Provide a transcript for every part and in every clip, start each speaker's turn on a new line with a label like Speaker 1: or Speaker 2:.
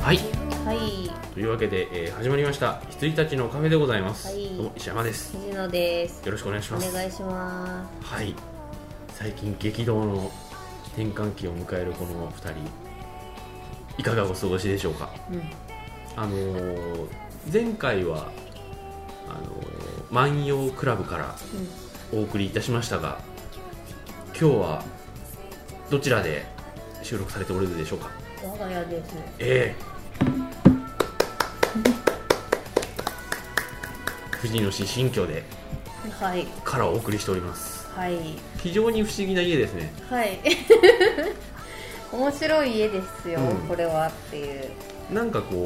Speaker 1: はい
Speaker 2: はい、
Speaker 1: というわけで、えー始まりました羊たちのカフェでございます、
Speaker 2: はい
Speaker 1: どうも石山です
Speaker 2: 藤野です。
Speaker 1: よろしくお願いし
Speaker 2: お
Speaker 1: ます
Speaker 2: 願いしま
Speaker 1: はい最近激動の転換期を迎えるこの2人いかがお過ごしでしょうか
Speaker 2: す。うん、
Speaker 1: あのー前回はあのー万葉クラブからお送りいたしましたが今日はどちらで収録されておるでしょうか
Speaker 2: うん、我が家です。
Speaker 1: え え藤野市新居で
Speaker 2: はい、
Speaker 1: からお送りしております
Speaker 2: はい、
Speaker 1: 非常に不思議な家ですね
Speaker 2: はい。 面白い家ですよ、
Speaker 1: うん
Speaker 2: これはっていう。
Speaker 1: なんかこ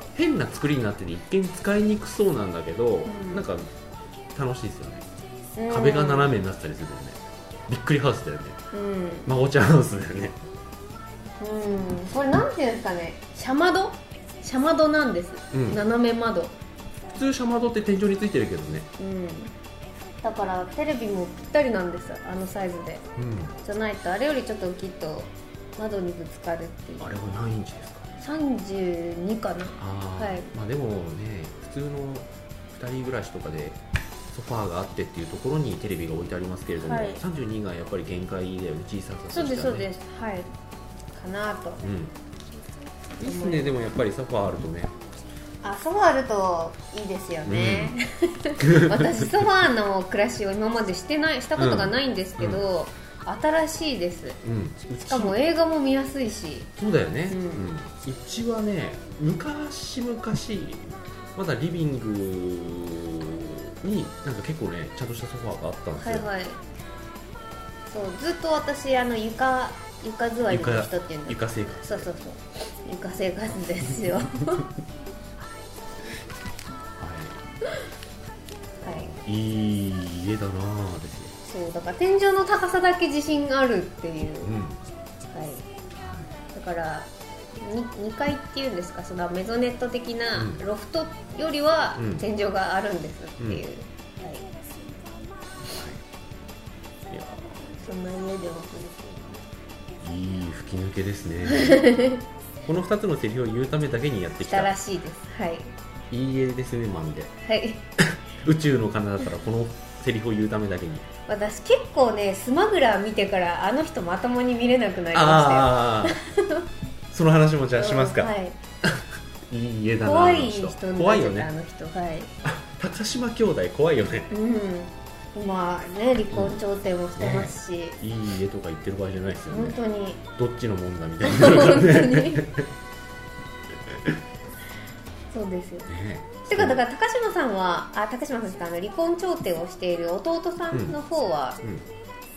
Speaker 1: う変な作りになってて一見使いにくそうなんだけど、
Speaker 2: ん
Speaker 1: なんか楽しいですよね
Speaker 2: うん
Speaker 1: 壁が斜めになってたりするよねびっくりハウスだよね
Speaker 2: うん、
Speaker 1: 孫ちゃんハウスだよね
Speaker 2: うん、これなんていうんですかね、シャマド。シャマドなんです。
Speaker 1: うん
Speaker 2: 斜め窓。
Speaker 1: 普通シャマドって天井についてるけどね
Speaker 2: うん。だからテレビもぴったりなんですあのサイズで
Speaker 1: うん
Speaker 2: じゃないとあれよりちょっと大きいと窓にぶつかるっていう
Speaker 1: あれは何インチですか
Speaker 2: 32かな
Speaker 1: あー
Speaker 2: はい
Speaker 1: まあでもね普通の2人暮らしとかでソファーがあってっていうところにテレビが置いてありますけれども、
Speaker 2: はい
Speaker 1: 32がやっぱり限界だよね小ささとして
Speaker 2: そ
Speaker 1: は
Speaker 2: う
Speaker 1: ね
Speaker 2: ですそうですはいかなと
Speaker 1: うんいいっすねでもやっぱりソファーあるとね
Speaker 2: あソファーあるといいですよね、 私ソファーの暮らしを今までしてないしたことがないんですけど、新しいです
Speaker 1: うん
Speaker 2: しかも映画も見やすいし
Speaker 1: そうだよね、う
Speaker 2: うんん
Speaker 1: うちはね昔々まだリビングになんか結構ねちゃんとしたソファーがあったんです
Speaker 2: は
Speaker 1: よ、
Speaker 2: いはいそうずっと私あの床床座りの人っていうんです
Speaker 1: 床生活
Speaker 2: そうそうそう床生活ですよは
Speaker 1: はい
Speaker 2: い
Speaker 1: いい家だなぁですよ、
Speaker 2: そうだから天井の高さだけ自信があるっていう
Speaker 1: う
Speaker 2: はい、だからに 2, 階っていうんですかそのメゾネット的な
Speaker 1: うん
Speaker 2: ロフトよりは
Speaker 1: うん
Speaker 2: 天井があるんですっていう、はい、
Speaker 1: ん、いや
Speaker 2: そんな家でお送り
Speaker 1: いい吹き抜けですね この2つのセリフを言うためだけにやって
Speaker 2: し
Speaker 1: き
Speaker 2: た
Speaker 1: た
Speaker 2: ら
Speaker 1: い
Speaker 2: しいですはい
Speaker 1: い家ですねまみで
Speaker 2: はい
Speaker 1: 宇宙の彼方からこのセリフを言うためだけに
Speaker 2: 私結構ねスマブラ見てからあの人まともに見れなくなりま
Speaker 1: ああその話も
Speaker 2: し
Speaker 1: じ
Speaker 2: た
Speaker 1: ゃあ
Speaker 2: よ
Speaker 1: しますか、、
Speaker 2: はいい、
Speaker 1: い家だなぁ
Speaker 2: 怖い
Speaker 1: あ
Speaker 2: 人に
Speaker 1: の
Speaker 2: なっちゃった
Speaker 1: 怖いよね
Speaker 2: あの人はい
Speaker 1: 高島兄弟怖いよね
Speaker 2: うん今ね離婚調停もしてますし、
Speaker 1: いい家とか言ってる場合じゃないですよ
Speaker 2: 本
Speaker 1: ね
Speaker 2: 当に
Speaker 1: どっちのもんだみたいにな るから
Speaker 2: 本
Speaker 1: ね
Speaker 2: 当に そうですよ
Speaker 1: ね
Speaker 2: てかだから高島さんはあ高島さんですかあの離婚調停をしている弟さんの方は、
Speaker 1: うん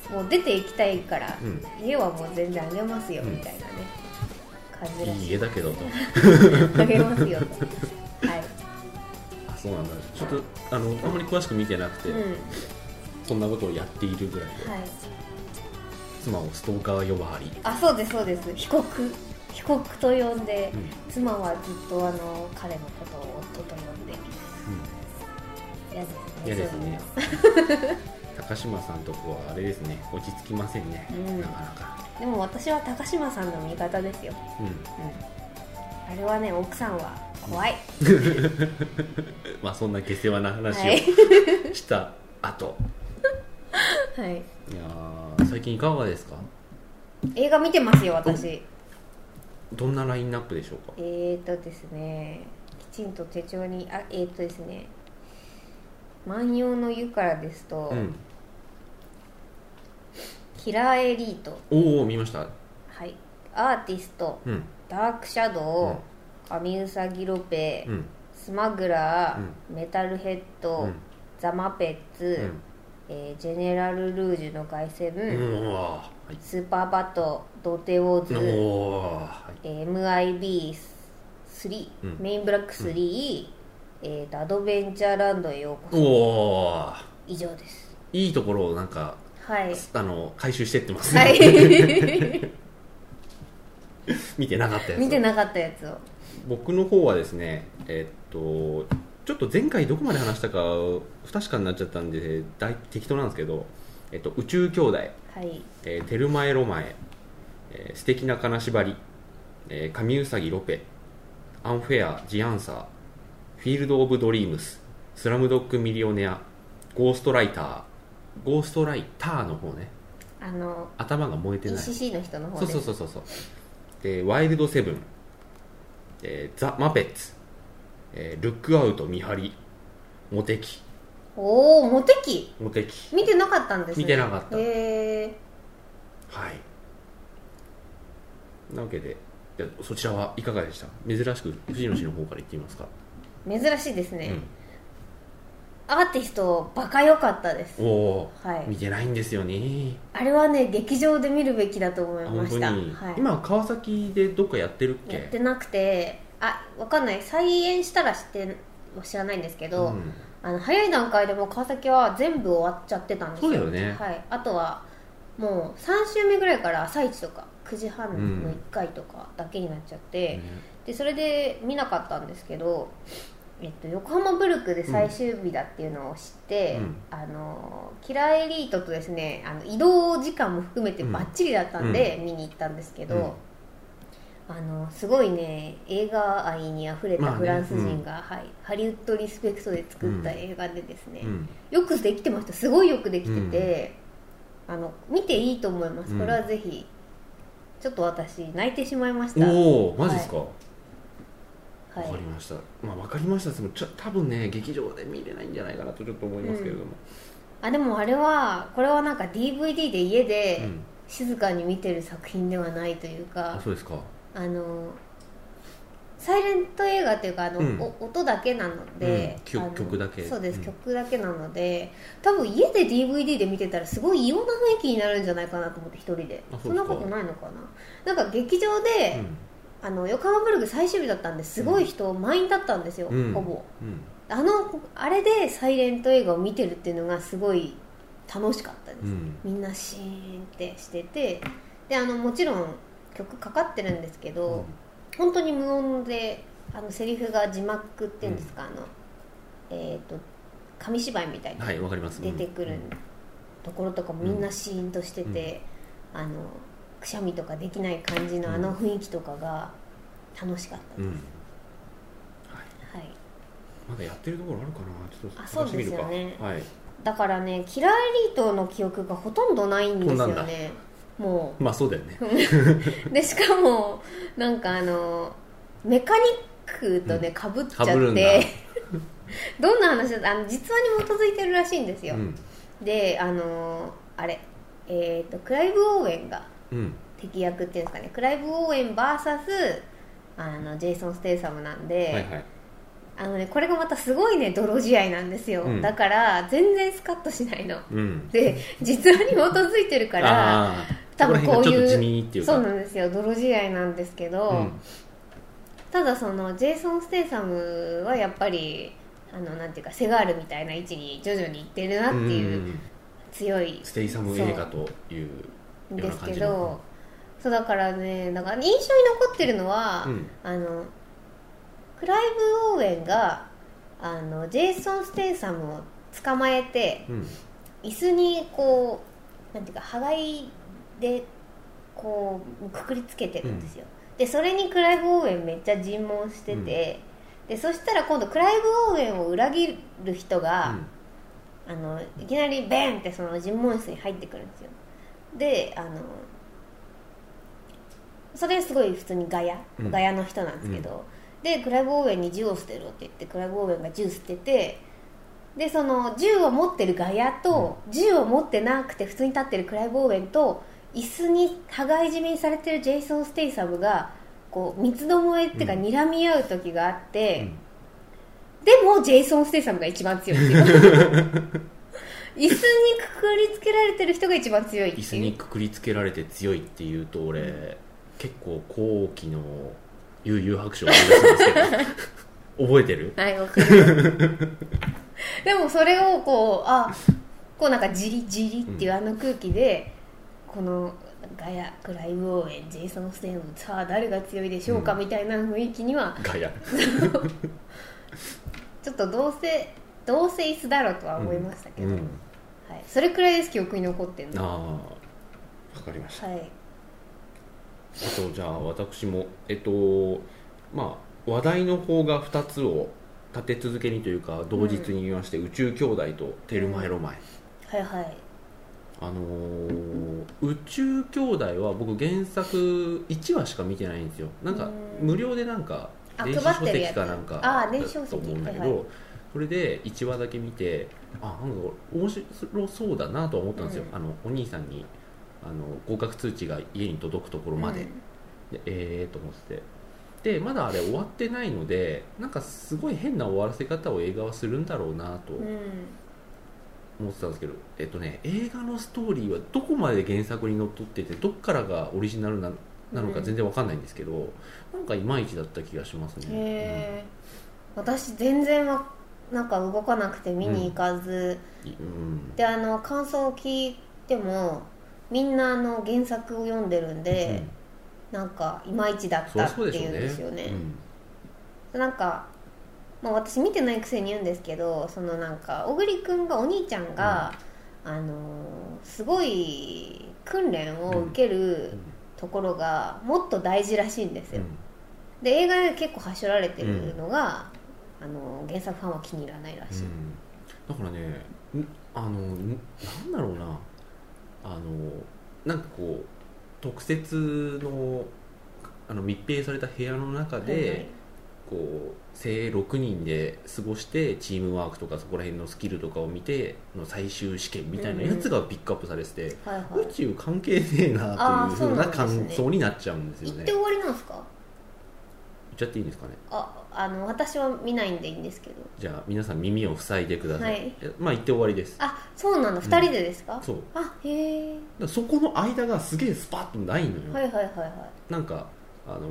Speaker 2: もう出ていきたいから、
Speaker 1: うん
Speaker 2: 家はもう全然あげますよ、
Speaker 1: うん
Speaker 2: みたいなね感じら
Speaker 1: いい
Speaker 2: しい
Speaker 1: 家だけどと
Speaker 2: あげますよとはい、
Speaker 1: あそうなんだちょっとあのあんまり詳しく見てなくて、
Speaker 2: うんはい、
Speaker 1: そんなことをやっているぐらいで妻をストーカー呼ばわり、
Speaker 2: あそうですそうです被告被告と呼んで、
Speaker 1: うんうん
Speaker 2: 妻はずっとあの彼のことを夫と呼んで嫌ですね
Speaker 1: 嫌です
Speaker 2: そういう
Speaker 1: ね高島さんとこはあれですね落ち着きませんね、
Speaker 2: うん
Speaker 1: なかなか、
Speaker 2: のでも私は高島さんの味方ですよ
Speaker 1: うん、
Speaker 2: あれはね奥さんは怖い、
Speaker 1: まあそんな下世話な話
Speaker 2: はい
Speaker 1: を した後、
Speaker 2: はい
Speaker 1: い、やー最近いかがですか
Speaker 2: 映画見てますよ私
Speaker 1: どんなラインナップでしょうか
Speaker 2: えーとですねきちんと手帳にあえーとですね「万葉の湯」からですと「
Speaker 1: うん
Speaker 2: キラーエリート
Speaker 1: おお見ました」
Speaker 2: はい「アーティスト」
Speaker 1: うん
Speaker 2: 「ダークシャド
Speaker 1: う
Speaker 2: ウ」神うさぎロペ」
Speaker 1: ん
Speaker 2: スマグラー」メタルヘッド」
Speaker 1: うん
Speaker 2: ザマペッツ
Speaker 1: う」ん
Speaker 2: えージェネラル・ルージュの凱旋」
Speaker 1: うんうわーはい
Speaker 2: スーパーバット」「童貞ウォーズ」
Speaker 1: おーはい
Speaker 2: えー MIB3、
Speaker 1: うん
Speaker 2: メインブラック3、えーとアドベンチャーランドへようこそ
Speaker 1: おー
Speaker 2: 以上です
Speaker 1: いいところをなんか
Speaker 2: はい
Speaker 1: あの回収してってますね、
Speaker 2: はい
Speaker 1: 見てなかったやつ
Speaker 2: 見てなかったやつを
Speaker 1: 僕の方はですねえっとちょっと前回どこまで話したか不確かになっちゃったんで大適当なんですけど、えっと、宇宙兄弟、
Speaker 2: はい
Speaker 1: えーテルマエ・ロマエ、えー素敵な金縛り、えー、神うさぎロペ、アンフェア、ジアンサー、フィールド・オブ・ドリームス、スラムドッグ・ミリオネア、ゴーストライター、ゴーストライターの方ね、
Speaker 2: あの
Speaker 1: 頭が燃えてない。
Speaker 2: ECC の人の方
Speaker 1: そう
Speaker 2: です
Speaker 1: そうそうそうそうでワイルドセブン、えーザ・マペッツ、えールックアウト見張りモテキ
Speaker 2: おおモテ期
Speaker 1: モテキ
Speaker 2: 見てなかったんですね
Speaker 1: 見てなかった
Speaker 2: へえ
Speaker 1: はいなわけでいやそちらはいかがでした珍しく藤野氏の方から言ってみますか、
Speaker 2: 珍しいです
Speaker 1: う
Speaker 2: ね、
Speaker 1: ん、
Speaker 2: アーティストバカ良かったです
Speaker 1: おお
Speaker 2: は
Speaker 1: 見
Speaker 2: い
Speaker 1: てないんですよね
Speaker 2: あれはね劇場で見るべきだと思い
Speaker 1: あ
Speaker 2: ま
Speaker 1: 本当
Speaker 2: し
Speaker 1: に、
Speaker 2: た、はい、
Speaker 1: 今川崎でどっかやってるっけ
Speaker 2: やってなくてあわかんない再演したら知って知らないんですけど、
Speaker 1: うん
Speaker 2: あの早い段階でもう川崎は全部終わっちゃってたんですよ
Speaker 1: そうだよね
Speaker 2: はい、あとはもう3週目ぐらいから朝一とか9時半の1回とかだけになっちゃって、
Speaker 1: ね
Speaker 2: でそれで見なかったんですけど、えっと、横浜ブルクで最終日だっていうのを知って、
Speaker 1: うん
Speaker 2: あのキラエリートとですねあの移動時間も含めて
Speaker 1: うん
Speaker 2: バッチリだったんで、見に行ったんですけど、あのすごいね映画愛にあふれ
Speaker 1: まあ
Speaker 2: たフ
Speaker 1: ね
Speaker 2: ランス人が、はい、ハリウッドリスペクトで作った映画でですね、
Speaker 1: うん
Speaker 2: よくできてましたすごいよくできてて、あの見ていいと思います、
Speaker 1: うん
Speaker 2: これはぜひちょっと私泣いてしまいました、はい
Speaker 1: おおマジですか、わかりました、まあ、わかりましたでもちょ多分ね劇場で見れないんじゃないかなとちょっと思いますけれども、
Speaker 2: あでもあれはこれはなんか DVD で家
Speaker 1: うん
Speaker 2: で静かに見てる作品ではないという
Speaker 1: あ
Speaker 2: か、
Speaker 1: そうですか
Speaker 2: あのサイレント映画というかあの、
Speaker 1: うん
Speaker 2: お音だけなので
Speaker 1: うん、曲
Speaker 2: あの
Speaker 1: 曲だけ
Speaker 2: そうです、
Speaker 1: うん
Speaker 2: 曲だけなので多分家で DVD で見てたらすごい異様な雰囲気になるんじゃないかなと思って一人で
Speaker 1: あ
Speaker 2: そ
Speaker 1: そ
Speaker 2: う
Speaker 1: ですか
Speaker 2: んなことないのかななんか劇場
Speaker 1: う
Speaker 2: で、
Speaker 1: ん
Speaker 2: あの横浜ブルグ最終日だったんですごい人満員だったんですよ、
Speaker 1: うん
Speaker 2: ほぼ
Speaker 1: うん
Speaker 2: あのあれでサイレント映画を見てるっていうのがすごい楽しかったです、
Speaker 1: うん
Speaker 2: みんなシーンってしててであのもちろん曲かかってるんですけど、本当に無音であのセリフが字幕っていうんですか、あのえっ、と紙芝居みたいな
Speaker 1: はいわかります
Speaker 2: 出てくるところとかもみんなシーンとしてて、あのくしゃみとかできない感じのあの雰囲気とかが楽しかった
Speaker 1: うん、
Speaker 2: で
Speaker 1: うん
Speaker 2: す、
Speaker 1: はい、
Speaker 2: はい、
Speaker 1: まだやってるところあるかなちょっと
Speaker 2: あそう
Speaker 1: 探してみるか
Speaker 2: ですよね
Speaker 1: はい
Speaker 2: だからねキラーエリートの記憶がほとんどないんです
Speaker 1: そう
Speaker 2: よ
Speaker 1: なんだ
Speaker 2: ねも
Speaker 1: まあそうだよね
Speaker 2: うでしかもなんかあのメカニックとねかぶっちゃ
Speaker 1: か
Speaker 2: って、
Speaker 1: ぶるんだ
Speaker 2: どんな話だったあの実話に基づいてるらしいんですよ、
Speaker 1: うん
Speaker 2: であのあれえっ、とクライブ・オーウェンが
Speaker 1: うん
Speaker 2: 敵役っていうんですかねクライブ・オーウェン VS あのジェイソン・ステイサムなんで、
Speaker 1: はいはい
Speaker 2: あのね、これがまたすごいね泥仕合なんですよ、
Speaker 1: うん
Speaker 2: だから全然スカッとしないの
Speaker 1: うん
Speaker 2: で実話に基づいてるから
Speaker 1: あー
Speaker 2: 多分こういう
Speaker 1: ここら辺がちょっと地味っていうか
Speaker 2: そうなんですよ泥仕合なんですけど、ただそのジェイソン・ステイサムはやっぱりあのなんていうかセガールみたいな位置に徐々に行ってるなって
Speaker 1: ん
Speaker 2: いう、
Speaker 1: ん
Speaker 2: 強い
Speaker 1: ステイサム映画という
Speaker 2: で
Speaker 1: ような
Speaker 2: す
Speaker 1: 感
Speaker 2: け
Speaker 1: じの
Speaker 2: どそうだからねなんか印象に残ってるのは、
Speaker 1: うん
Speaker 2: あのクライブ・オーウェンがあのジェイソン・ステイサムを捕まえて
Speaker 1: うん
Speaker 2: 椅子にこうなんていうか羽交いでこうくくりつけてるんですよ、でそれにクライブ・オーウェンめっちゃ尋問してて、でそしたら今度クライブ・オーウェンを裏切る人が、あのいきなりベンってその尋問室に入ってくるんですよであのそれすごい普通にガヤ、
Speaker 1: うん
Speaker 2: ガヤの人なんですけど、でクライブ・オーウェンに銃を捨てろって言ってクライブ・オーウェンが銃捨ててでその銃を持ってるガヤと、銃を持ってなくて普通に立ってるクライブ・オーウェンと椅子に互いじめにされてるジェイソン・ステイサムがこう三つどもえっていうか
Speaker 1: うん
Speaker 2: 睨み合う時があって、
Speaker 1: うん
Speaker 2: でもジェイソン・ステイサムが一番強いっていう椅子にくくりつけられてる人が一番強いって
Speaker 1: 椅子
Speaker 2: い
Speaker 1: に
Speaker 2: う
Speaker 1: くくりつけられて強いっていうと俺、結構後期の悠々白書を思い出したんですけ ど覚えてる
Speaker 2: はいわかりますでもそれをこうあこうなんかじりじりっていうあの空気で、このガヤクライブ・オーウェンジェイソン・ステイサムさあ誰が強いでしょうか、
Speaker 1: うん
Speaker 2: みたいな雰囲気には
Speaker 1: ガヤ
Speaker 2: ちょっとどうせどうせ椅子だろうとは思いましたけど、
Speaker 1: うんうん
Speaker 2: はい、それくらいです記憶に残ってる
Speaker 1: ああ
Speaker 2: のは
Speaker 1: わかりました
Speaker 2: い
Speaker 1: あとじゃあ私もえっとまあ話題の方が2つを立て続けにというか同日に見まして、宇宙兄弟とテルマエロマエ、
Speaker 2: はいはい
Speaker 1: あのー宇宙兄弟は僕原作1話しか見てないんですよなんか
Speaker 2: うん
Speaker 1: 無料でなんか
Speaker 2: あ
Speaker 1: 電子書
Speaker 2: 配ってるや
Speaker 1: 籍
Speaker 2: つ
Speaker 1: かなんか
Speaker 2: あー電
Speaker 1: だ
Speaker 2: 子書籍
Speaker 1: と思うんだけど、
Speaker 2: はいは
Speaker 1: それで1話だけ見てあなんか面白そうだなとは思ったんですよ、
Speaker 2: うん
Speaker 1: あのお兄さんにあの合格通知が家に届くところまで、でえーと思っててでまだあれ終わってないのでなんかすごい変な終わらせ方を映画はするんだろうなと
Speaker 2: うん、うん
Speaker 1: 思ってたんですけど、えっとね、映画のストーリーはどこまで原作にのっとっててどっからがオリジナルななのか全然わかんないんですけど、なんかいまいちだった気がしますね、
Speaker 2: へえ、私全然わなんか動かなくて見に行かず、
Speaker 1: うんいうん
Speaker 2: であの感想を聞いてもみんなあの原作を読んでるんで、なんかいまいちだっ
Speaker 1: そ
Speaker 2: た
Speaker 1: りゃ
Speaker 2: って
Speaker 1: そうでし
Speaker 2: い
Speaker 1: ょ
Speaker 2: う
Speaker 1: うんね
Speaker 2: ですよね
Speaker 1: うん
Speaker 2: なんか、まあ、私見てないくせに言うんですけどそのなんか小栗君がお兄ちゃんが、あのーすごい訓練を受けるところがもっと大事らしいんですよ、で映画で結構はしょられてるのが、あの原作ファンは気に入らないらしい、
Speaker 1: うんだからねんあのんなんだろうなあのなんかこう特設のあの密閉された部屋の中で、こう精鋭6人で過ごしてチームワークとかそこら辺のスキルとかを見ての最終試験みたいなやつがピックアップされてて、
Speaker 2: はいはい、はい
Speaker 1: 宇宙関係ねえな
Speaker 2: あー
Speaker 1: というふ
Speaker 2: そうう
Speaker 1: な
Speaker 2: なんですね
Speaker 1: 感想になっちゃうんですよ
Speaker 2: 行っ
Speaker 1: ね
Speaker 2: て終わりなんですか
Speaker 1: 言っちゃっていいんですかね
Speaker 2: ああの私は見ないんでいいんですけど
Speaker 1: じゃあ皆さん耳を塞いでください、
Speaker 2: はい
Speaker 1: えまあ行って終わりです
Speaker 2: あそうなんだ2人でですか、
Speaker 1: そうだか
Speaker 2: あへえ
Speaker 1: らそこの間がすげえスパッとないのよ、
Speaker 2: はいはいはいは
Speaker 1: なんかあの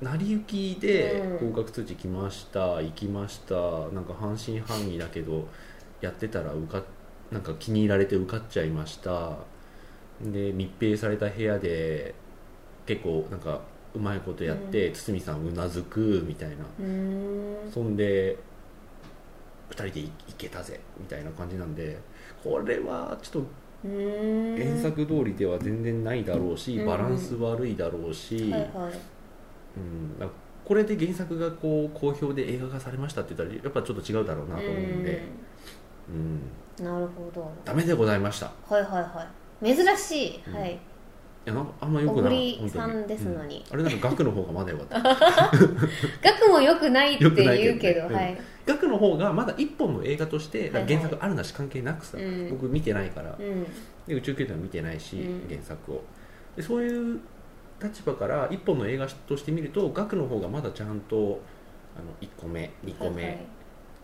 Speaker 1: 成り行きで
Speaker 2: うん
Speaker 1: 合格通知来ました、行きましたなんか半信半疑だけどやってたら受かっなんか気に入られて受かっちゃいましたで密閉された部屋で結構なんかうまいことやって堤、さんうなずくみたいない
Speaker 2: うん
Speaker 1: そんで2人で行けたぜみたいな感じなんでこれはちょっと
Speaker 2: うーん
Speaker 1: 原作通りでは全然ないだろうし、
Speaker 2: うん
Speaker 1: バランス悪いだろうし、
Speaker 2: はいはい
Speaker 1: うん、だからこれで原作がこう好評で映画化されましたって言ったらやっぱちょっと違うだろうなと思うんで、うん
Speaker 2: うんなるほど
Speaker 1: ダメでございましたい
Speaker 2: はいはいはい珍しい、
Speaker 1: うん
Speaker 2: はい
Speaker 1: やなんかあんまよ
Speaker 2: 小
Speaker 1: くない
Speaker 2: 栗さんですのに、
Speaker 1: うんあれなんか額の方がまだ良かった
Speaker 2: 額も良くないって
Speaker 1: 良くないけ
Speaker 2: 言
Speaker 1: ど
Speaker 2: うけど
Speaker 1: うん
Speaker 2: はい、
Speaker 1: 額の方がまだ一本の映画としてだから原
Speaker 2: はい
Speaker 1: 作あるなし関係なくさ、
Speaker 2: うん
Speaker 1: 僕見てないから
Speaker 2: うん
Speaker 1: で宇宙兄弟も見てないし、
Speaker 2: うん
Speaker 1: 原作をでそういう立場から一本の映画として見ると額の方がまだちゃんとあの1個目2個目、
Speaker 2: はいはい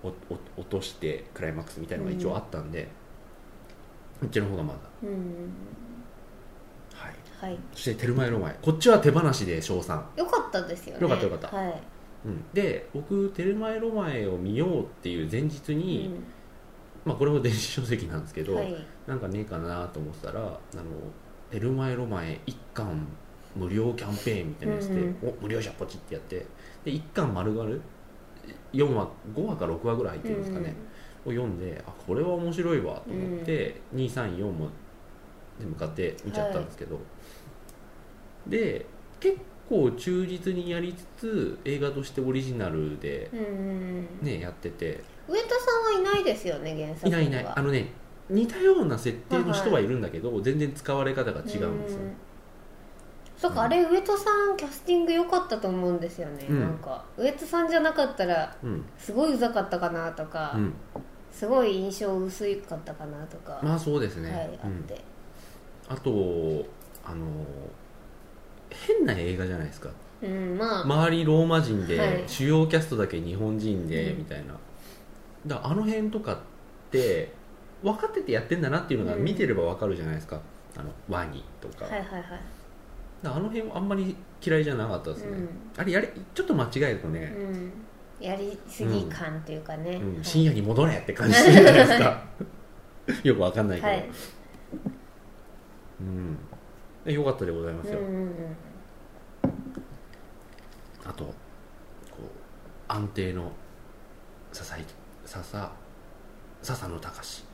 Speaker 1: おお落としてクライマックスみたいなのが一応あったんで、こっちの方がまだ
Speaker 2: うん
Speaker 1: はい
Speaker 2: はい
Speaker 1: そして「テルマエロマエ」こっちは手放しで称賛、
Speaker 2: よかったですよね
Speaker 1: よかったよかった
Speaker 2: はい、
Speaker 1: うん、で僕「テルマエロマエ」を見ようっていう前日に、
Speaker 2: うん
Speaker 1: まあこれも電子書籍なんですけど、
Speaker 2: はい、
Speaker 1: なんかねえかなと思ってたら「あのテルマエロマエ1巻無料キャンペーン」みたいなやつで
Speaker 2: うん
Speaker 1: 「お無料じゃんポチ」ってやってで1巻丸々4話5話か6話ぐらい入ってるんですかね、を読んであこれは面白いわと思って、234も全部買って見ちゃったんですけど、で結構忠実にやりつつ映画としてオリジナルで
Speaker 2: うん、うん
Speaker 1: ねやってて
Speaker 2: 上田さんはいないですよね原作
Speaker 1: い
Speaker 2: に
Speaker 1: な
Speaker 2: はい
Speaker 1: いないあのね似たような設定の人はいるんだけど、全然使われ方が違うんですよ、
Speaker 2: んそっか、
Speaker 1: うん
Speaker 2: あれ上戸さんキャスティング良かったと思うんですよね、
Speaker 1: うん
Speaker 2: なんか上戸さんじゃなかったら
Speaker 1: うん
Speaker 2: すごいうざかったかなとか、
Speaker 1: うん、
Speaker 2: すごい印象薄いかったかなとか、
Speaker 1: まあそうですね、
Speaker 2: はいあ
Speaker 1: う
Speaker 2: っ
Speaker 1: ん、
Speaker 2: て、
Speaker 1: あとあの変な映画じゃないですか
Speaker 2: うんまあ、
Speaker 1: 周りローマ人で、
Speaker 2: はい
Speaker 1: 主要キャストだけ日本人で、
Speaker 2: うん
Speaker 1: みたいなだからあの辺とかって分かっててやってんだなっていうのが
Speaker 2: うん
Speaker 1: 見てれば分かるじゃないですか、あのワニとか,、
Speaker 2: はいはいはい
Speaker 1: あの辺はあんまり嫌いじゃなかったですね、
Speaker 2: うん
Speaker 1: あれやれちょっと間違えるとね、
Speaker 2: うん、やりすぎ感というかね、
Speaker 1: うん
Speaker 2: はい
Speaker 1: 深夜に戻れって感じするじゃないですか よく分かんないけど、
Speaker 2: はい、
Speaker 1: うんでよかったでございます
Speaker 2: うん
Speaker 1: よ、
Speaker 2: うん
Speaker 1: あとこう安定の笹井笹笹野隆史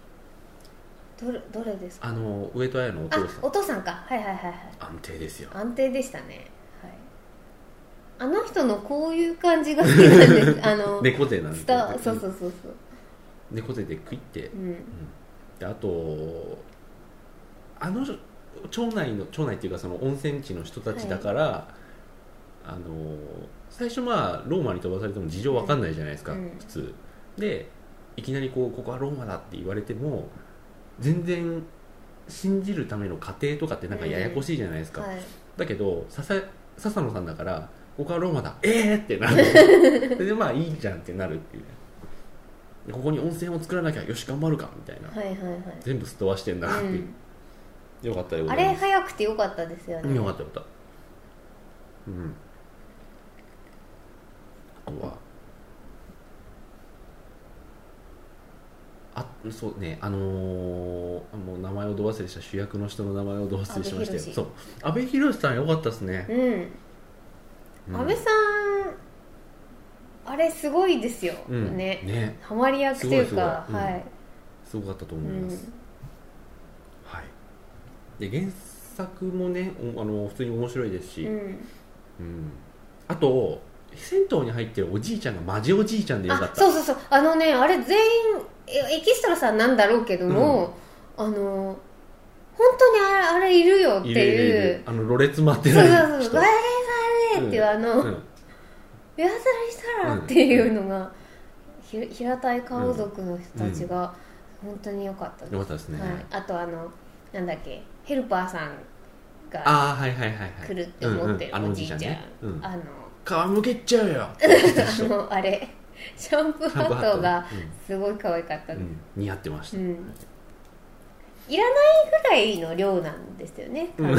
Speaker 2: うん、どれどれですか
Speaker 1: あの上戸彩のお
Speaker 2: あ
Speaker 1: 父さん
Speaker 2: お父さんかはいはいはいはい
Speaker 1: 安定ですよ
Speaker 2: 安定でしたねはいあの人のこういう感じが好きなん ですあの
Speaker 1: 猫背なんで
Speaker 2: スターそうそうそうそう
Speaker 1: 猫背でクイって、
Speaker 2: う
Speaker 1: うん
Speaker 2: ん
Speaker 1: であとあの町内の町内っていうかその温泉地の人たちだから、あの最初まあローマに飛ばされても事情わかんないじゃないですか、
Speaker 2: うん
Speaker 1: 普通でいきなりこうここはローマだって言われても全然信じるための過程とかってなんかややこしいじゃないですか、
Speaker 2: はい
Speaker 1: だけど笹笹野さんだから「ここはローマだえー!」って なるそれでまあいいじゃんってなるっていうでここに温泉を作らなきゃよし頑張るかみたいな、
Speaker 2: はいはいはい
Speaker 1: 全部すっ飛ばしてんだなっていう、よかったよ
Speaker 2: うん、
Speaker 1: ござ
Speaker 2: あ
Speaker 1: い
Speaker 2: れ
Speaker 1: ます
Speaker 2: 早くてよかったですよ
Speaker 1: うん
Speaker 2: ね
Speaker 1: よかったよかったうんあとはあそうねあのーもう名前をど忘れした主役の人の名前をど忘れしま
Speaker 2: 阿部
Speaker 1: したよ
Speaker 2: 寛
Speaker 1: そう阿部寛さんよかったですね、
Speaker 2: うん
Speaker 1: うん
Speaker 2: 阿部さんあれすごいですよ、
Speaker 1: うん、
Speaker 2: ねハマり役というか
Speaker 1: すごいすごいうん
Speaker 2: はい、
Speaker 1: すごかったと
Speaker 2: う
Speaker 1: 思い
Speaker 2: ん
Speaker 1: ます、はい、で原作もねおあの普通に面白いですし、
Speaker 2: う
Speaker 1: うん
Speaker 2: ん、
Speaker 1: あと銭湯に入ってるおじいちゃんがマジおじいちゃんでよ
Speaker 2: あ
Speaker 1: かった
Speaker 2: そうそうそうあのねあれ全員えエキストラさんなんだろうけども、あの本当にあれあれいるよって
Speaker 1: るるる
Speaker 2: いう
Speaker 1: あのろれつ回って
Speaker 2: そう
Speaker 1: ない
Speaker 2: そ
Speaker 1: 人
Speaker 2: うそう「あれあれ」っていうあの
Speaker 1: うん
Speaker 2: 「やつらしたら」っていうのが、ひ平たい顔族の人たちが本当に良かったです
Speaker 1: よかったですね、
Speaker 2: はい、あとあのなんだっけヘルパーさんが
Speaker 1: ああはいはいはいはい
Speaker 2: 来るって思ってる
Speaker 1: うんうんあの
Speaker 2: お
Speaker 1: お
Speaker 2: じ
Speaker 1: じ
Speaker 2: い
Speaker 1: い
Speaker 2: ち
Speaker 1: ち
Speaker 2: ゃん
Speaker 1: ゃんねうん
Speaker 2: あの
Speaker 1: 皮むけちゃ うよ
Speaker 2: あのあれシャンプーハットがすごい可愛かった
Speaker 1: うん
Speaker 2: で
Speaker 1: う
Speaker 2: す
Speaker 1: ん似合ってまし
Speaker 2: う
Speaker 1: た、
Speaker 2: んいらないぐらいの量なんですよね、
Speaker 1: うん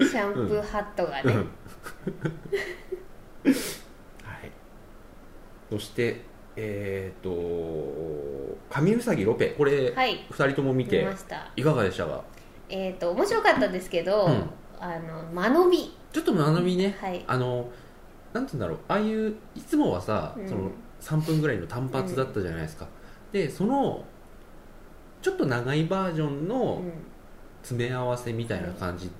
Speaker 2: シャンプーハットが
Speaker 1: う
Speaker 2: ね、
Speaker 1: んはい、そして、えっ、と、神うさぎロペ、これ、
Speaker 2: はい
Speaker 1: 二人とも見
Speaker 2: 見
Speaker 1: て
Speaker 2: ま、した
Speaker 1: いかがでしたか
Speaker 2: えっ、と面白かったですけど、
Speaker 1: うん
Speaker 2: あの間延び
Speaker 1: ちょっと学びね、
Speaker 2: はい
Speaker 1: あの、なんて言うんだろう、ああいう、いつもはさ、
Speaker 2: うん
Speaker 1: その3分ぐらいの単発だったじゃないですか。で、その、ちょっと長いバージョン
Speaker 2: う
Speaker 1: の
Speaker 2: ん
Speaker 1: 詰め合わせみたいな感じ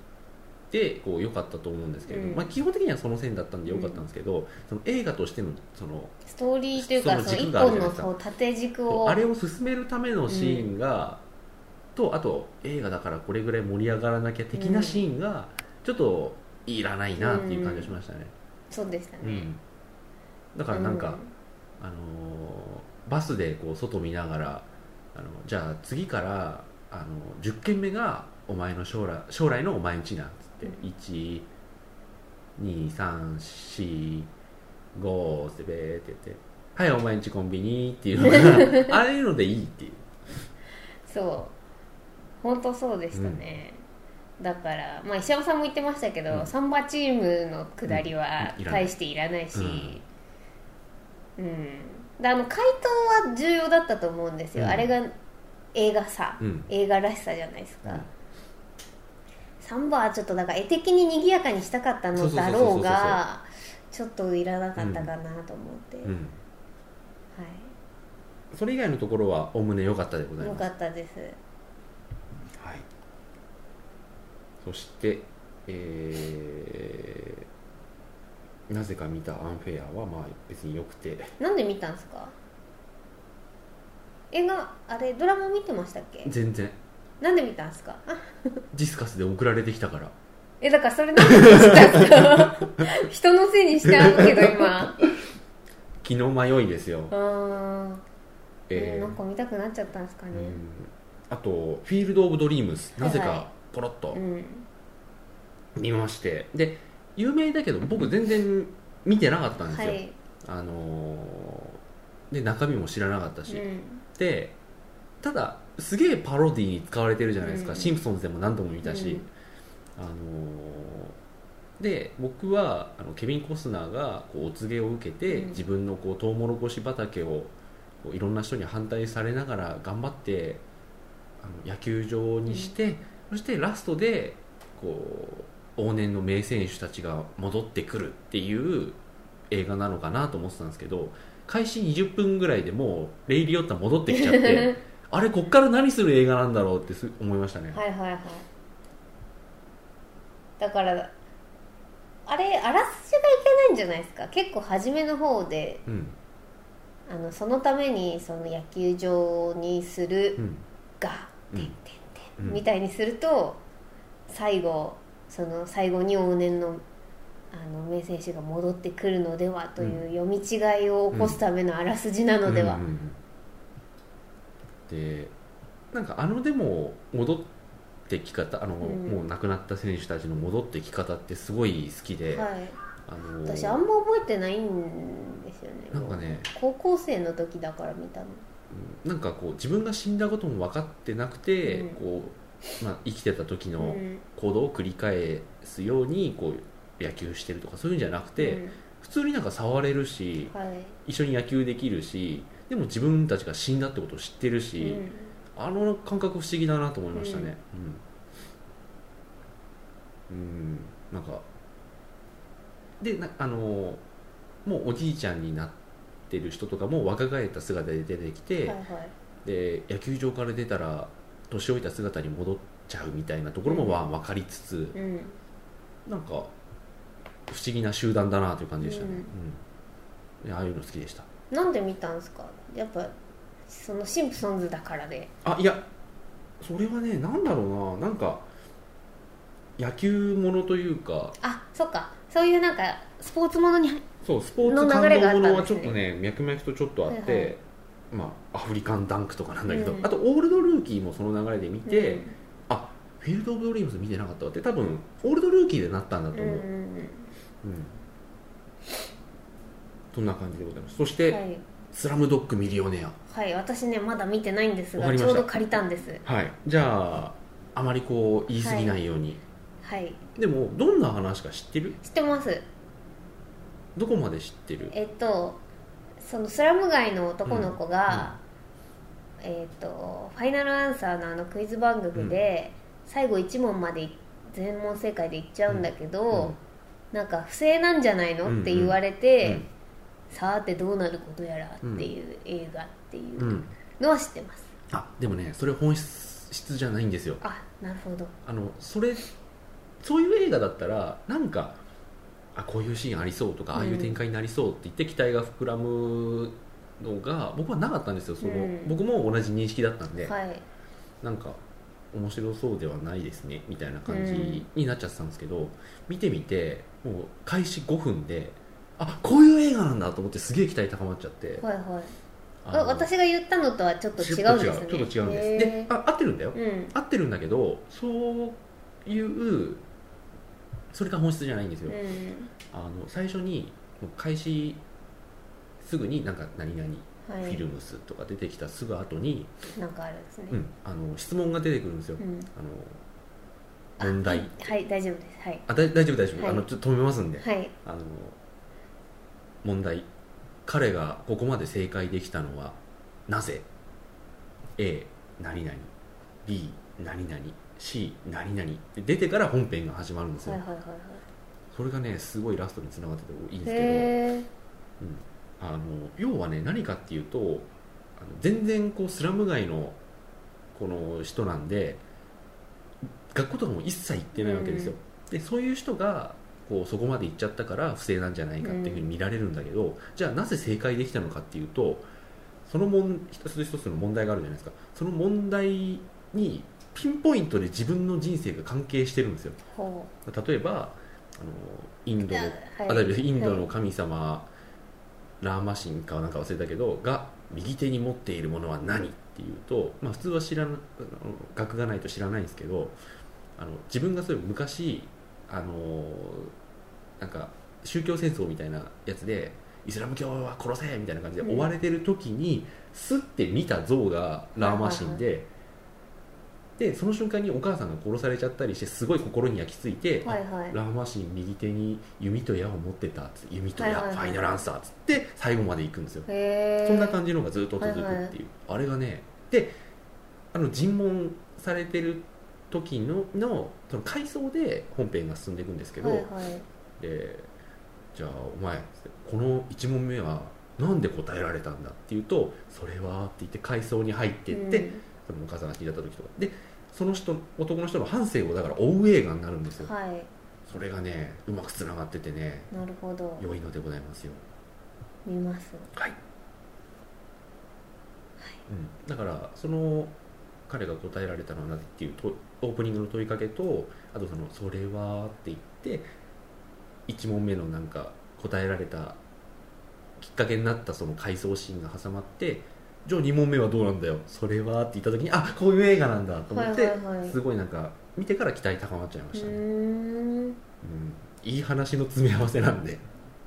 Speaker 1: でこう良かったと思うんですけれど、
Speaker 2: うん
Speaker 1: まあ、基本的にはその線だったんで良かったんですけど、その映画としてのその
Speaker 2: ストーリーというかそ
Speaker 1: そ
Speaker 2: の
Speaker 1: の
Speaker 2: 一
Speaker 1: 軸がある
Speaker 2: 本の
Speaker 1: じゃないですか
Speaker 2: そう縦軸
Speaker 1: こ
Speaker 2: を
Speaker 1: うあれを進めるためのシーンが、とあと映画だからこれぐらい盛り上がらなきゃ的なシーンがちょっといらないなっていう感じがしましたね、
Speaker 2: そうでしたね、
Speaker 1: うんだからなんか、あのーバスでこう外見ながらあのじゃあ次からあの10軒目がお前の将来将来のお前んちなっつって、12345ってべーって言って「はいお前んちコンビニ」っていうのがああいうのでいいっていう
Speaker 2: そう本当そうでしたね、だから、まあ、石山さんも言ってましたけど、
Speaker 1: うん
Speaker 2: サンバチームの下りは
Speaker 1: うんいらない
Speaker 2: 大していらないし、うんであの回答は重要だったと思うんですよ、
Speaker 1: うん
Speaker 2: あれが映画さ、
Speaker 1: うん
Speaker 2: 映画らしさじゃないですか、
Speaker 1: うん
Speaker 2: サンバはちょっとなんか絵的に賑やかにしたかったのだろうがちょっといらなかったかなと思って、
Speaker 1: う
Speaker 2: は
Speaker 1: んそれ以外のところはおおむね良かったでござ
Speaker 2: い
Speaker 1: い
Speaker 2: よ
Speaker 1: ます
Speaker 2: かったです
Speaker 1: はい、そして、えーなぜか見たアンフェアはまあ別に良くて
Speaker 2: なんで見たんですか映画あれドラマ見てましたっけ
Speaker 1: 全然
Speaker 2: なんで見たんですかあ
Speaker 1: ディスカスで送られてきたから
Speaker 2: えだからそれなんで見たんですか 人のせいにしてあるけど 今
Speaker 1: 気の迷いですよ、
Speaker 2: あー
Speaker 1: えー
Speaker 2: なんか見たくなっちゃったんですかね
Speaker 1: うんあと「フィールド・オブ・ドリームス」なぜ
Speaker 2: はいはい
Speaker 1: かポロッと
Speaker 2: うん
Speaker 1: 見まして、で有名だけど僕全然見てなかったんです
Speaker 2: は
Speaker 1: よ、
Speaker 2: い
Speaker 1: あのーで中身も知らなかったし、
Speaker 2: うん
Speaker 1: でただすげえパロディーに使われてるじゃないですか、
Speaker 2: うん
Speaker 1: シンプソンズでも何度も見たし、あのーで僕はあのケビン・コスナーがこうお告げを受けて、
Speaker 2: うん
Speaker 1: 自分のこうトウモロコシ畑をこういろんな人に反対されながら頑張ってあの野球場にして、そしてラストでこう往年の名選手たちが戻ってくるっていう映画なのかなと思ってたんですけど開始20分ぐらいでもうレイ・リオッタ戻ってきちゃって あれこっから何する映画なんだろうってす思いましたね、
Speaker 2: はいはいはいだだからあれあらすじがいけないんじゃないですか結構初めの方で
Speaker 1: うん
Speaker 2: あのそのためにその野球場にする
Speaker 1: うん
Speaker 2: が、
Speaker 1: うん
Speaker 2: てんてんてん
Speaker 1: うん
Speaker 2: みたいにすると最後その最後に往年のあの名選手が戻ってくるのではという読み違いを起こすためのあらすじなのでは、
Speaker 1: うんうんうんでなんかあのでも戻ってき方あの、
Speaker 2: うん
Speaker 1: もう亡くなった選手たちの戻ってき方ってすごい好きで、
Speaker 2: はい、
Speaker 1: あの
Speaker 2: 私あんま覚えてないんですよね
Speaker 1: なんかね
Speaker 2: 高校生の時だから見たの
Speaker 1: うんなんかこう自分が死んだことも分かってなくて、
Speaker 2: うん
Speaker 1: こうまあ、生きてた時
Speaker 2: う
Speaker 1: の
Speaker 2: ん
Speaker 1: 行動を繰り返すようにこう野球してるとかそういうんじゃなくて、
Speaker 2: うん
Speaker 1: 普通になんか触れるし
Speaker 2: はい
Speaker 1: 一緒に野球できるしでも自分たちが死んだってことを知ってるし、
Speaker 2: うん
Speaker 1: あの感覚不思議だなと思いましたねうん、うんなんかでなあのーもうおじいちゃんになってる人とかも若返った姿で出てき
Speaker 2: は
Speaker 1: て、
Speaker 2: いはい
Speaker 1: で野球場から出たら年老いた姿に戻っちゃうみたいなところもまあ分かりつつ、
Speaker 2: うん
Speaker 1: なんか不思議な集団だなという感じでしたね、
Speaker 2: うん
Speaker 1: うんでああいうの好きでした
Speaker 2: なんで見たんですかやっぱそのシンプソンズだからで
Speaker 1: あいやそれはねなんだろうななんか野球ものというか
Speaker 2: あそっかそういうなんかスポーツものに
Speaker 1: そうスポーツ
Speaker 2: の流
Speaker 1: 感
Speaker 2: れがあ
Speaker 1: 動
Speaker 2: ったんですね
Speaker 1: ものはちょっとね脈々とちょっとあって、
Speaker 2: はいはい
Speaker 1: まあ、アフリカンダンクとかなんだけど、
Speaker 2: うん
Speaker 1: あとオールドルーキーもその流れで見て、
Speaker 2: うん
Speaker 1: あフィールド・オブ・ドリームズ見てなかったわって多分オールドルーキーでなったんだと
Speaker 2: う
Speaker 1: 思
Speaker 2: ん
Speaker 1: う、
Speaker 2: う
Speaker 1: うん
Speaker 2: ん
Speaker 1: そんな感じでございますそし
Speaker 2: う
Speaker 1: て、
Speaker 2: んはい、
Speaker 1: スラムドッグミリオネア」
Speaker 2: はい、私ねまだ見てないんです
Speaker 1: わか
Speaker 2: が
Speaker 1: り
Speaker 2: ちょ
Speaker 1: まし
Speaker 2: う
Speaker 1: た
Speaker 2: ど借りたんです
Speaker 1: はいじゃああまりこう言い過ぎないように、
Speaker 2: はい
Speaker 1: でもどんな話か知ってる
Speaker 2: 知ってます
Speaker 1: どこまで知ってる
Speaker 2: えっとそのスラム街の男の子が、えっとファイナルアンサーのあのクイズ番組で、最後1問まで全問正解でいっちゃうんだけど、なんか不正なんじゃないの、
Speaker 1: うん
Speaker 2: って言われて、
Speaker 1: うん
Speaker 2: さてどうなることやらっていう映画ってい
Speaker 1: うんう
Speaker 2: うんのは知ってます、
Speaker 1: あでもねそれ本質質じゃないんですよ
Speaker 2: あなるほど
Speaker 1: あのそれそういう映画だったらなんかあこういうシーンありそうとか
Speaker 2: うん
Speaker 1: ああいう展開になりそうって言って期待が膨らむのが僕はなかったんですよその、
Speaker 2: うん
Speaker 1: 僕も同じ認識だったんで、
Speaker 2: はい
Speaker 1: なんか面白そうではないですねみたいな感
Speaker 2: う
Speaker 1: じ
Speaker 2: ん
Speaker 1: になっちゃってたんですけど、見てみてもう開始5分であこういう映画なんだと思ってすげえ期待高まっちゃって、
Speaker 2: はいはい
Speaker 1: あ
Speaker 2: あ
Speaker 1: の
Speaker 2: 私が言ったのとはちょっと違うんですね
Speaker 1: ちょっと違うちょっと違うんです
Speaker 2: へ
Speaker 1: であ合ってるんだよ
Speaker 2: ーうん
Speaker 1: 合ってるんだけどそういうそれが本質じゃないんですよ、
Speaker 2: う
Speaker 1: あの最初にもう開始すぐになんか何々
Speaker 2: ん
Speaker 1: フ
Speaker 2: は
Speaker 1: ィル
Speaker 2: い
Speaker 1: ムスとか出てきたすぐ後に、
Speaker 2: なんかあるんですね
Speaker 1: うんあの質問が出てくるんですよ、
Speaker 2: うん
Speaker 1: あの問題
Speaker 2: はい大丈夫ですはい
Speaker 1: あだ大丈夫大丈夫、
Speaker 2: はい
Speaker 1: あのちょっと止めますんで、
Speaker 2: はい
Speaker 1: あの問題彼がここまで正解できたのはなぜ A 何々 B 何々 C 何々って出てから本編が始まるんですよ、
Speaker 2: はいはいはいはい
Speaker 1: それがねすごいラストにつながってていいんですけど
Speaker 2: へ
Speaker 1: あの要はね何かっていうとあの全然こうスラム街のこの人なんで学校とかも一切行ってないわけですよ、でそういう人がこうそこまで行っちゃったから不正なんじゃないかっていうふうに見られるんだけど、じゃあなぜ正解できたのかっていうとそのもん一つ一つの問題があるじゃないですかその問題にピンポイントで自分の人生が関係してるんですよ
Speaker 2: ーほ
Speaker 1: 例えばあのイン
Speaker 2: う
Speaker 1: ドの
Speaker 2: はい
Speaker 1: あだインドの神様、ラーマ神かなんか忘れたけどが右手に持っているものは何っていうと、まあ、普通は知らなあの学がないと知らないんですけどあの自分がそういう昔あのなんか宗教戦争みたいなやつでイスラム教は殺せみたいな感じで
Speaker 2: うん
Speaker 1: 追われてる時に、すって見た像がラーマ神で。でその瞬間にお母さんが殺されちゃったりしてすごい心に焼き付いて、
Speaker 2: はいはい
Speaker 1: ラーマ氏右手に弓と矢を持ってたっつって弓と矢、
Speaker 2: はいはいはい
Speaker 1: ファイナルアンサーっつって最後まで行くんですよ、
Speaker 2: へー
Speaker 1: そんな感じのがずっと続くっていう、
Speaker 2: はいはい
Speaker 1: あれがねであの尋問されてる時ののその回想で本編が進んでいくんですけど、
Speaker 2: はいはい
Speaker 1: でじゃあお前この1問目はなんで答えられたんだっていうと「それは」って言って回想に入っていって、そのお母さんが聞いた時とかでその人男の人の半生をだから追う映画になるんです
Speaker 2: う
Speaker 1: よ
Speaker 2: んはい
Speaker 1: それがねうまくつながっててね
Speaker 2: なるほど
Speaker 1: 良いのでございますよ
Speaker 2: 見ます
Speaker 1: はい、うん、だからその彼が答えられたのはなぜっていうとオープニングの問いかけとあとその「それは?」って言って1問目のなんか答えられたきっかけになったその回想シーンが挟まってじゃあ2問目はどうなんだよ「それは?」って言った時にあこういう映画なんだと思って、
Speaker 2: はいはいはい
Speaker 1: すごいなんか見てから期待高まっちゃいま
Speaker 2: う
Speaker 1: したね、
Speaker 2: ーん
Speaker 1: うん、いい話の詰め合わせなんで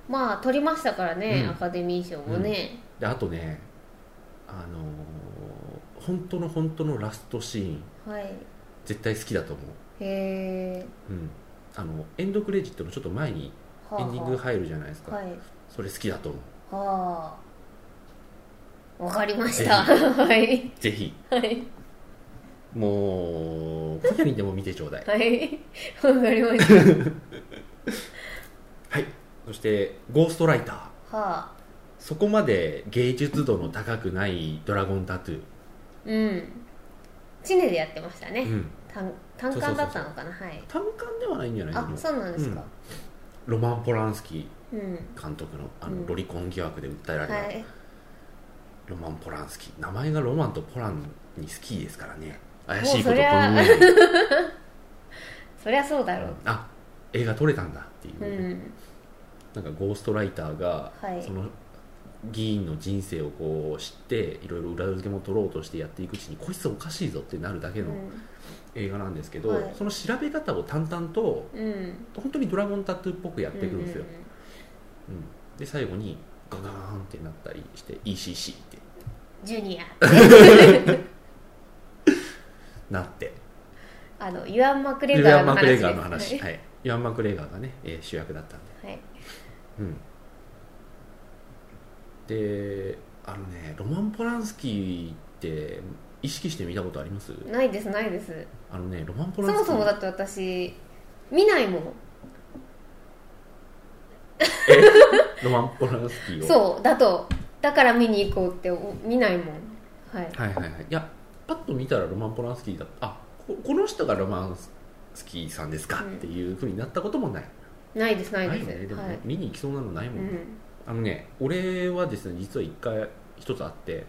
Speaker 2: まあ取りましたからね、
Speaker 1: うん
Speaker 2: アカデミー賞もね、
Speaker 1: であとねあのー本当の本当のラストシーン
Speaker 2: はいへ
Speaker 1: 絶対好きだと思
Speaker 2: え
Speaker 1: う、うん、あのエンドクレジットのちょっと前にエンディング入るじゃないですか、
Speaker 2: はい
Speaker 1: それ好きだと思
Speaker 2: はあわかりました はい、
Speaker 1: うぜひ
Speaker 2: はい、
Speaker 1: もう今夜にでも見てちょうだい
Speaker 2: はい わかりま したは
Speaker 1: はいそして「ゴーストライター
Speaker 2: あ」
Speaker 1: そこまで芸術度の高くない「ドラゴンタトゥー
Speaker 2: うんチネでやってました」ね、
Speaker 1: うん、
Speaker 2: 単単
Speaker 1: そうそうそうそ
Speaker 2: 管だ
Speaker 1: う
Speaker 2: ったのかなはい
Speaker 1: 単館ではないんじゃない
Speaker 2: あ
Speaker 1: の
Speaker 2: そうなんですか
Speaker 1: ロマン・ポランスキ
Speaker 2: うん、
Speaker 1: ー監督のあ
Speaker 2: う
Speaker 1: の
Speaker 2: ん
Speaker 1: ロリコン疑惑で訴えられた、
Speaker 2: はい
Speaker 1: ロマン・ポランスキー名前がロマンとポランに好きですからね怪しいこ
Speaker 2: もうそ
Speaker 1: とこ
Speaker 2: りゃ
Speaker 1: の上に
Speaker 2: そりゃそうだろう
Speaker 1: あ映画撮れたんだっていう
Speaker 2: う
Speaker 1: ね、
Speaker 2: ん
Speaker 1: なんかゴーストライターが
Speaker 2: はい
Speaker 1: その議員の人生をこう知っていろいろ裏付けも取ろうとしてやっていくうちにこいつおかしいぞってなるだけの映画なんですけど、
Speaker 2: はい
Speaker 1: その調べ方を淡々と
Speaker 2: うん、うん、
Speaker 1: 本当にドラゴンタトゥーっぽくやっていくんですよ
Speaker 2: う、う
Speaker 1: うんで最後にガガーンってなったりして ECC って
Speaker 2: んジュ ニア
Speaker 1: なって
Speaker 2: あのイワン・マクレ
Speaker 1: イ
Speaker 2: ガ
Speaker 1: ワ
Speaker 2: ー
Speaker 1: ン・
Speaker 2: の
Speaker 1: マ
Speaker 2: 話
Speaker 1: ク
Speaker 2: で
Speaker 1: レ
Speaker 2: す
Speaker 1: ガーの話、
Speaker 2: は
Speaker 1: はい、イワン・マクレガーがね、えー主役だったんで、
Speaker 2: い、はい
Speaker 1: うん、であのねロマン・ポランスキーって意識して見たことあります
Speaker 2: ないですないです
Speaker 1: あのねロマン・ポ
Speaker 2: そ
Speaker 1: ランスキ
Speaker 2: もそ
Speaker 1: ー
Speaker 2: もだって私見ないもん
Speaker 1: えロマン・ポランスキーをう
Speaker 2: そうだとだから見に行こうってお見ないもんはい
Speaker 1: はいはいはいいやパッと見たらロマン・ポランスキーだあここの人がロマンスキーさんですか、
Speaker 2: うん
Speaker 1: っていうふうになったこともない
Speaker 2: ないですない
Speaker 1: よ
Speaker 2: で
Speaker 1: ね
Speaker 2: す
Speaker 1: でもね、
Speaker 2: はい
Speaker 1: 見に行きそうなのないうもんね、
Speaker 2: ん
Speaker 1: あのね俺はですね実は一回一つあって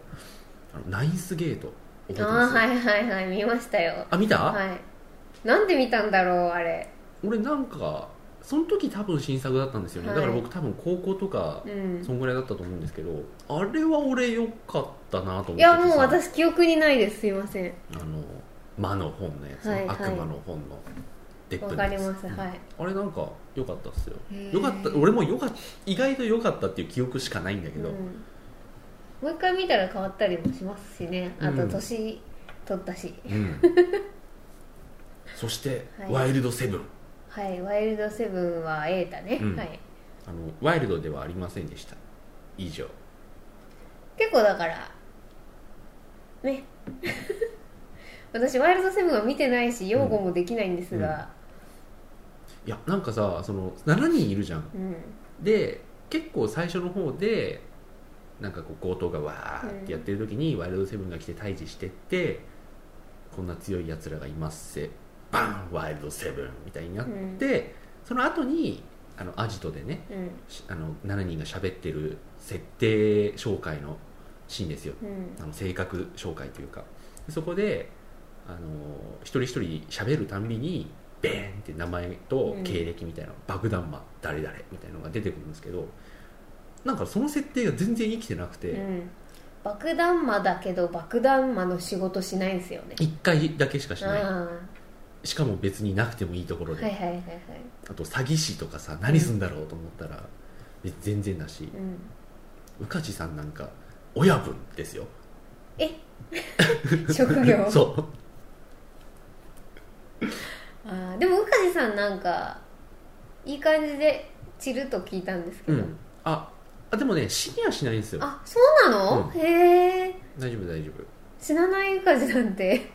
Speaker 1: あのナインスゲート覚えて
Speaker 2: あ
Speaker 1: ます
Speaker 2: あはいはいはい見ましたよ
Speaker 1: あ見た、
Speaker 2: はいなんで見たんだろうあれ
Speaker 1: 俺なんかその時多分新作だったんですよね、
Speaker 2: はい
Speaker 1: だから僕多分高校とか
Speaker 2: うん
Speaker 1: そんぐらいだったと思うんですけど、あれは俺良かったなと思って
Speaker 2: い
Speaker 1: て
Speaker 2: やもう
Speaker 1: さ
Speaker 2: 私記憶にないですすいません
Speaker 1: あの魔の本のやつ、
Speaker 2: はいはい
Speaker 1: 悪魔の本のデッ
Speaker 2: わ
Speaker 1: プの
Speaker 2: か
Speaker 1: や
Speaker 2: り
Speaker 1: つ
Speaker 2: ますはい
Speaker 1: あれなんか良かったっすよ
Speaker 2: へー
Speaker 1: 良かった俺も良かった意外と良かったっていう記憶しかないんだけど、
Speaker 2: うんもう一回見たら変わったりもしますしねあ
Speaker 1: う
Speaker 2: と
Speaker 1: ん
Speaker 2: 年取ったし、
Speaker 1: うんそして、
Speaker 2: はい
Speaker 1: ワイルドセブン
Speaker 2: はいワイルドセブンは瑛太ね、
Speaker 1: うん
Speaker 2: はい
Speaker 1: あのワイルドではありませんでした以上
Speaker 2: 結構だからね 私ワイルドセブンは見てないし擁護もできないんですが
Speaker 1: いやなんかさその7人いるじゃん
Speaker 2: うん、
Speaker 1: で結構最初の方でなんかこう強盗がわーってやってる時に、ワイルドセブンが来て退治してってこんな強いやつらがいますせバンワイルドセブンみたいになって、その後にあのアジトでね
Speaker 2: うん
Speaker 1: しあの7人が喋ってる設定紹介のシーンですよ
Speaker 2: うん
Speaker 1: あの性格紹介というかそこで、あのー一人一人喋るたんびにベーンって名前と
Speaker 2: うん
Speaker 1: 経歴みたいな、爆弾魔誰々みたいなのが出てくるんですけどなんかその設定が全然生きてなくて、
Speaker 2: うん爆弾魔だけど爆弾魔の仕事しないんですよね
Speaker 1: 1回だけしかし
Speaker 2: ああ
Speaker 1: ないしかも別になくてもいいところ
Speaker 2: はい
Speaker 1: で、
Speaker 2: はいはいはい
Speaker 1: あと詐欺師とかさ何すんだろうと思ったら、で全然だし
Speaker 2: うん
Speaker 1: 宇梶さんなんか親分ですよ
Speaker 2: 職業
Speaker 1: そう
Speaker 2: あーでも宇梶さんなんかいい感じで散ると聞いたんですけ
Speaker 1: う
Speaker 2: ど、
Speaker 1: んああでもね死にはしないんですよ
Speaker 2: あそうなの、
Speaker 1: うん
Speaker 2: へえ
Speaker 1: 大丈夫大丈夫
Speaker 2: 死なない宇梶なんて、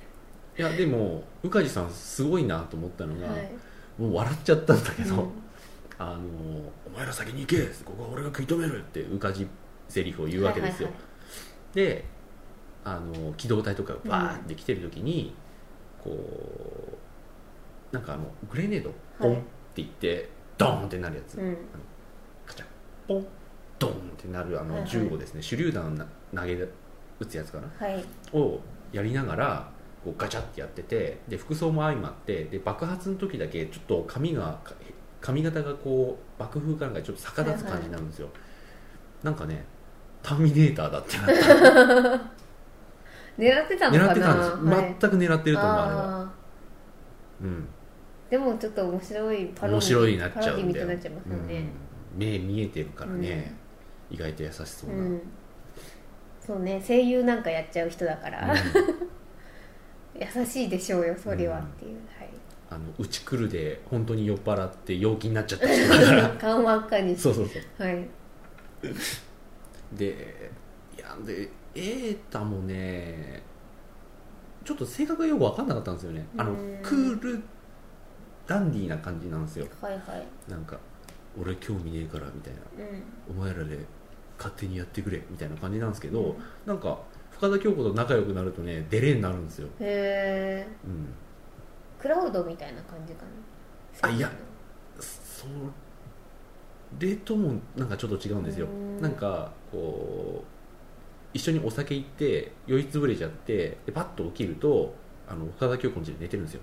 Speaker 1: いやでも宇梶さんすごいなと思ったのが、
Speaker 2: はい
Speaker 1: もう笑っちゃったんだけど、
Speaker 2: うん
Speaker 1: あのお前ら先に行けここは俺が食い止めるって宇梶セリフを言うわけですよ、
Speaker 2: はいは
Speaker 1: であの機動隊とかがバーって来てる時に、こうなんかあのグレネードポン、
Speaker 2: はい
Speaker 1: 言ってドーンってなるやつ、
Speaker 2: うん
Speaker 1: カチャッポンドーンってなるあ
Speaker 2: はい
Speaker 1: の
Speaker 2: はい
Speaker 1: 銃をですね、手榴弾をな投げ打つやつかな
Speaker 2: はい
Speaker 1: をやりながらこうガチャってやっててで服装も相まってで爆発の時だけちょっと髪がか髪型がこう爆風感がちょっと逆立つ感じになるんですよ、なんかねターミネーターだってな った
Speaker 2: 狙ってたのかな
Speaker 1: 狙ってたんですよ、
Speaker 2: はい
Speaker 1: 全く狙ってると思うあれは、
Speaker 2: あ
Speaker 1: うん、
Speaker 2: ーでもちょっと面白いパロディ
Speaker 1: 面白いなっちゃうん
Speaker 2: パ
Speaker 1: だ
Speaker 2: ロデ
Speaker 1: よ
Speaker 2: ィみたいになっちゃいますよね、
Speaker 1: うん、目見えてるからね、意外と優しそう
Speaker 2: う
Speaker 1: な、
Speaker 2: んそうね声優なんかやっちゃう人だから、
Speaker 1: うん
Speaker 2: 優しいでしょうよそれは
Speaker 1: う
Speaker 2: っ
Speaker 1: ん
Speaker 2: ていう、
Speaker 1: あのうち来るで本当に酔っ払って陽気になっちゃった人だか
Speaker 2: は
Speaker 1: ら
Speaker 2: い緩和かに
Speaker 1: そうそうそう
Speaker 2: はい
Speaker 1: でいやで瑛太もねちょっと性格がよく分かんなかったんですよねあの
Speaker 2: うん
Speaker 1: クールダンディーな感じなんですよ
Speaker 2: はいはい
Speaker 1: なんか「俺興味ねえから」みたいな
Speaker 2: うん
Speaker 1: 「お前らで勝手にやってくれ」みたいな感じなんですけど、なんか深田恭子と仲良くなるとねデレになるんですよ、
Speaker 2: へえ
Speaker 1: うん、
Speaker 2: クラウドみたいな感じかな
Speaker 1: あいやそれともなんかちょっと違うんですよ
Speaker 2: うん
Speaker 1: なんかこう一緒にお酒行って酔いつぶれちゃってでパッと起きるとあの岡田京子の家で寝てるんですよ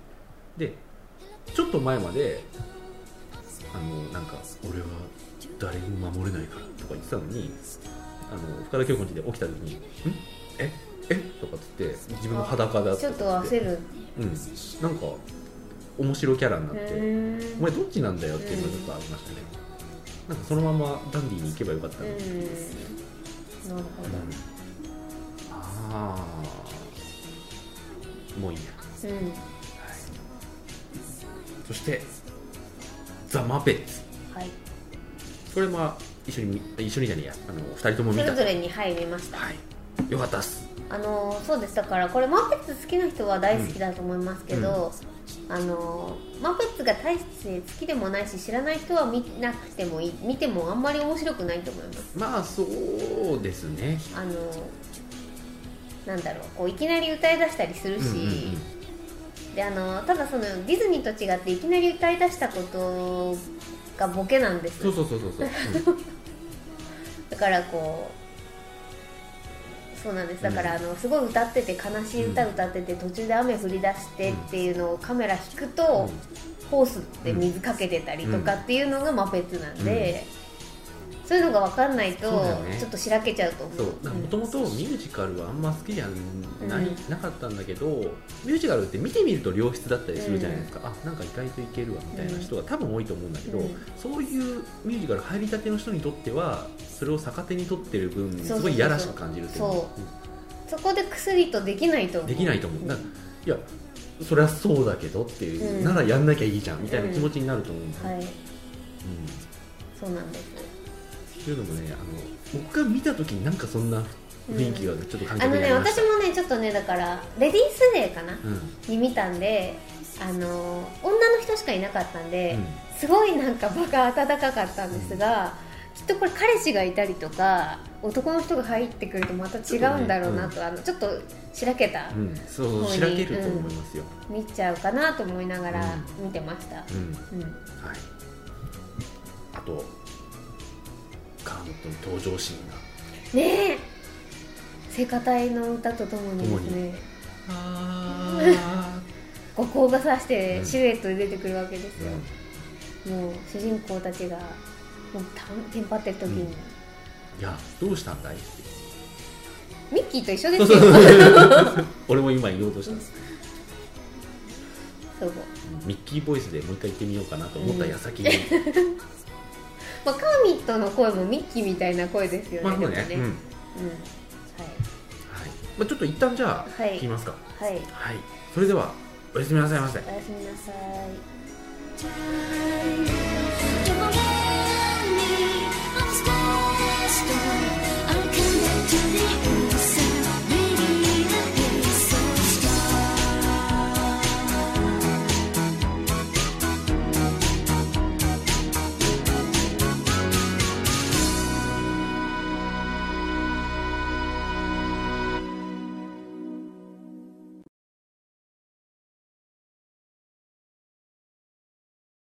Speaker 1: でちょっと前まであのなんか俺は誰にも守れないからとか言ってたのにあの深田京子の家で起きた時に「んええとかっつって自分の裸だ
Speaker 2: ちょっと
Speaker 1: か言
Speaker 2: 焦る
Speaker 1: うん、なんか面白キャラになって
Speaker 2: へ
Speaker 1: お前どっちなんだよっていうのがちょっとありましたね、なんかそのままダンディに行けばよかった
Speaker 2: う
Speaker 1: のに、うん
Speaker 2: んなるほ
Speaker 1: ああもういいや、
Speaker 2: どうん
Speaker 1: そしてザ・マペッツ
Speaker 2: はい
Speaker 1: これも一緒に見一緒にじゃねえやあの2人とも見
Speaker 2: そ
Speaker 1: た
Speaker 2: れぞれにはい見ました
Speaker 1: はいよかったっす
Speaker 2: あのそうですだからこれマーペッツ好きな人は大好きだと思いますけど、あのマーペッツが大して好きでもないし知らない人は見なくてもいい見てもあんまり面白くないと思います
Speaker 1: まあそうですね
Speaker 2: あのなんだろうこういきなり歌いだしたりするし、
Speaker 1: うんうんうん
Speaker 2: であのただそのディズニーと違っていきなり歌いだしたことがボケなんです
Speaker 1: そ
Speaker 2: よ
Speaker 1: うそうそうそうそ う、うん
Speaker 2: だからこうそうなんですだから、あのすごい歌ってて悲しい歌歌ってて、途中で雨降り出してっていうのをカメラ引くと、ホースで水かけてたりとかっていうのがマペッツなんで、そういうのが分かんないと、
Speaker 1: そうだよね
Speaker 2: ちょっとしらけちゃうと思う
Speaker 1: そうもともとミュージカルはあんま好きじゃな
Speaker 2: う
Speaker 1: い、
Speaker 2: ん
Speaker 1: なかったんだけどミュージカルって見てみると良質だったりするじゃないですか、あなんか意外といけるわみたいな人が多分多いと思うんだけど、
Speaker 2: うん
Speaker 1: そういうミュージカル入りたての人にとってはそれを逆手に取ってる分
Speaker 2: そうそうそう
Speaker 1: すごいやらしく感じるという
Speaker 2: そそこで薬とできないと
Speaker 1: う
Speaker 2: 思
Speaker 1: ん
Speaker 2: う
Speaker 1: できないと思う、だいやそりゃそうだけどっていう、
Speaker 2: うん
Speaker 1: ならやんなきゃいいじゃんみたいな気持ちになると思うんですよ、
Speaker 2: はい
Speaker 1: うん
Speaker 2: そうなんです
Speaker 1: っていうのもねあの僕が見た時になんかそんな雰囲気がちょっと感
Speaker 2: あ
Speaker 1: 覚
Speaker 2: の
Speaker 1: に
Speaker 2: ね
Speaker 1: ありまし
Speaker 2: 私
Speaker 1: た、
Speaker 2: もねちょっとねだからレディースデーかな
Speaker 1: うん
Speaker 2: に見たんであの女の人しかいなかったんで、
Speaker 1: うん
Speaker 2: すごいなんか場が温かかったんですが、きっとこれ彼氏がいたりとか男の人が入ってくるとまた違うんだろうなと、あのちょっとしらけた、
Speaker 1: うん、そう
Speaker 2: 方に
Speaker 1: しらけると思いますよ、
Speaker 2: 見ちゃうかなと思いながら見てました、
Speaker 1: うん
Speaker 2: うん
Speaker 1: はいあとカーネットの登場シーンが
Speaker 2: ねえ聖歌隊の歌とともにですね
Speaker 1: あ
Speaker 2: 五光がさして
Speaker 1: うん
Speaker 2: シルエットで出てくるわけですよ、
Speaker 1: う
Speaker 2: もう主人公たちがもうたテンパってる時に、
Speaker 1: うんん、いやどうしたんだいって
Speaker 2: ミッキーと一緒で
Speaker 1: そう
Speaker 2: す
Speaker 1: そ
Speaker 2: よ
Speaker 1: う そう俺も今言おうとしたんです
Speaker 2: そう
Speaker 1: ミッキーボイスでもう一回言ってみようかなと思った矢先に、
Speaker 2: まあ、カーミットの声もミッキーみたいな声ですよね。
Speaker 1: まあそうね
Speaker 2: で
Speaker 1: うん
Speaker 2: も
Speaker 1: は
Speaker 2: ね
Speaker 1: いまあ、ちょっと一旦じゃあ、
Speaker 2: はい
Speaker 1: 聞きますか
Speaker 2: うん、はい、はい、
Speaker 1: はいそれではおやすみなさいませ
Speaker 2: おやすみなさい。
Speaker 3: Time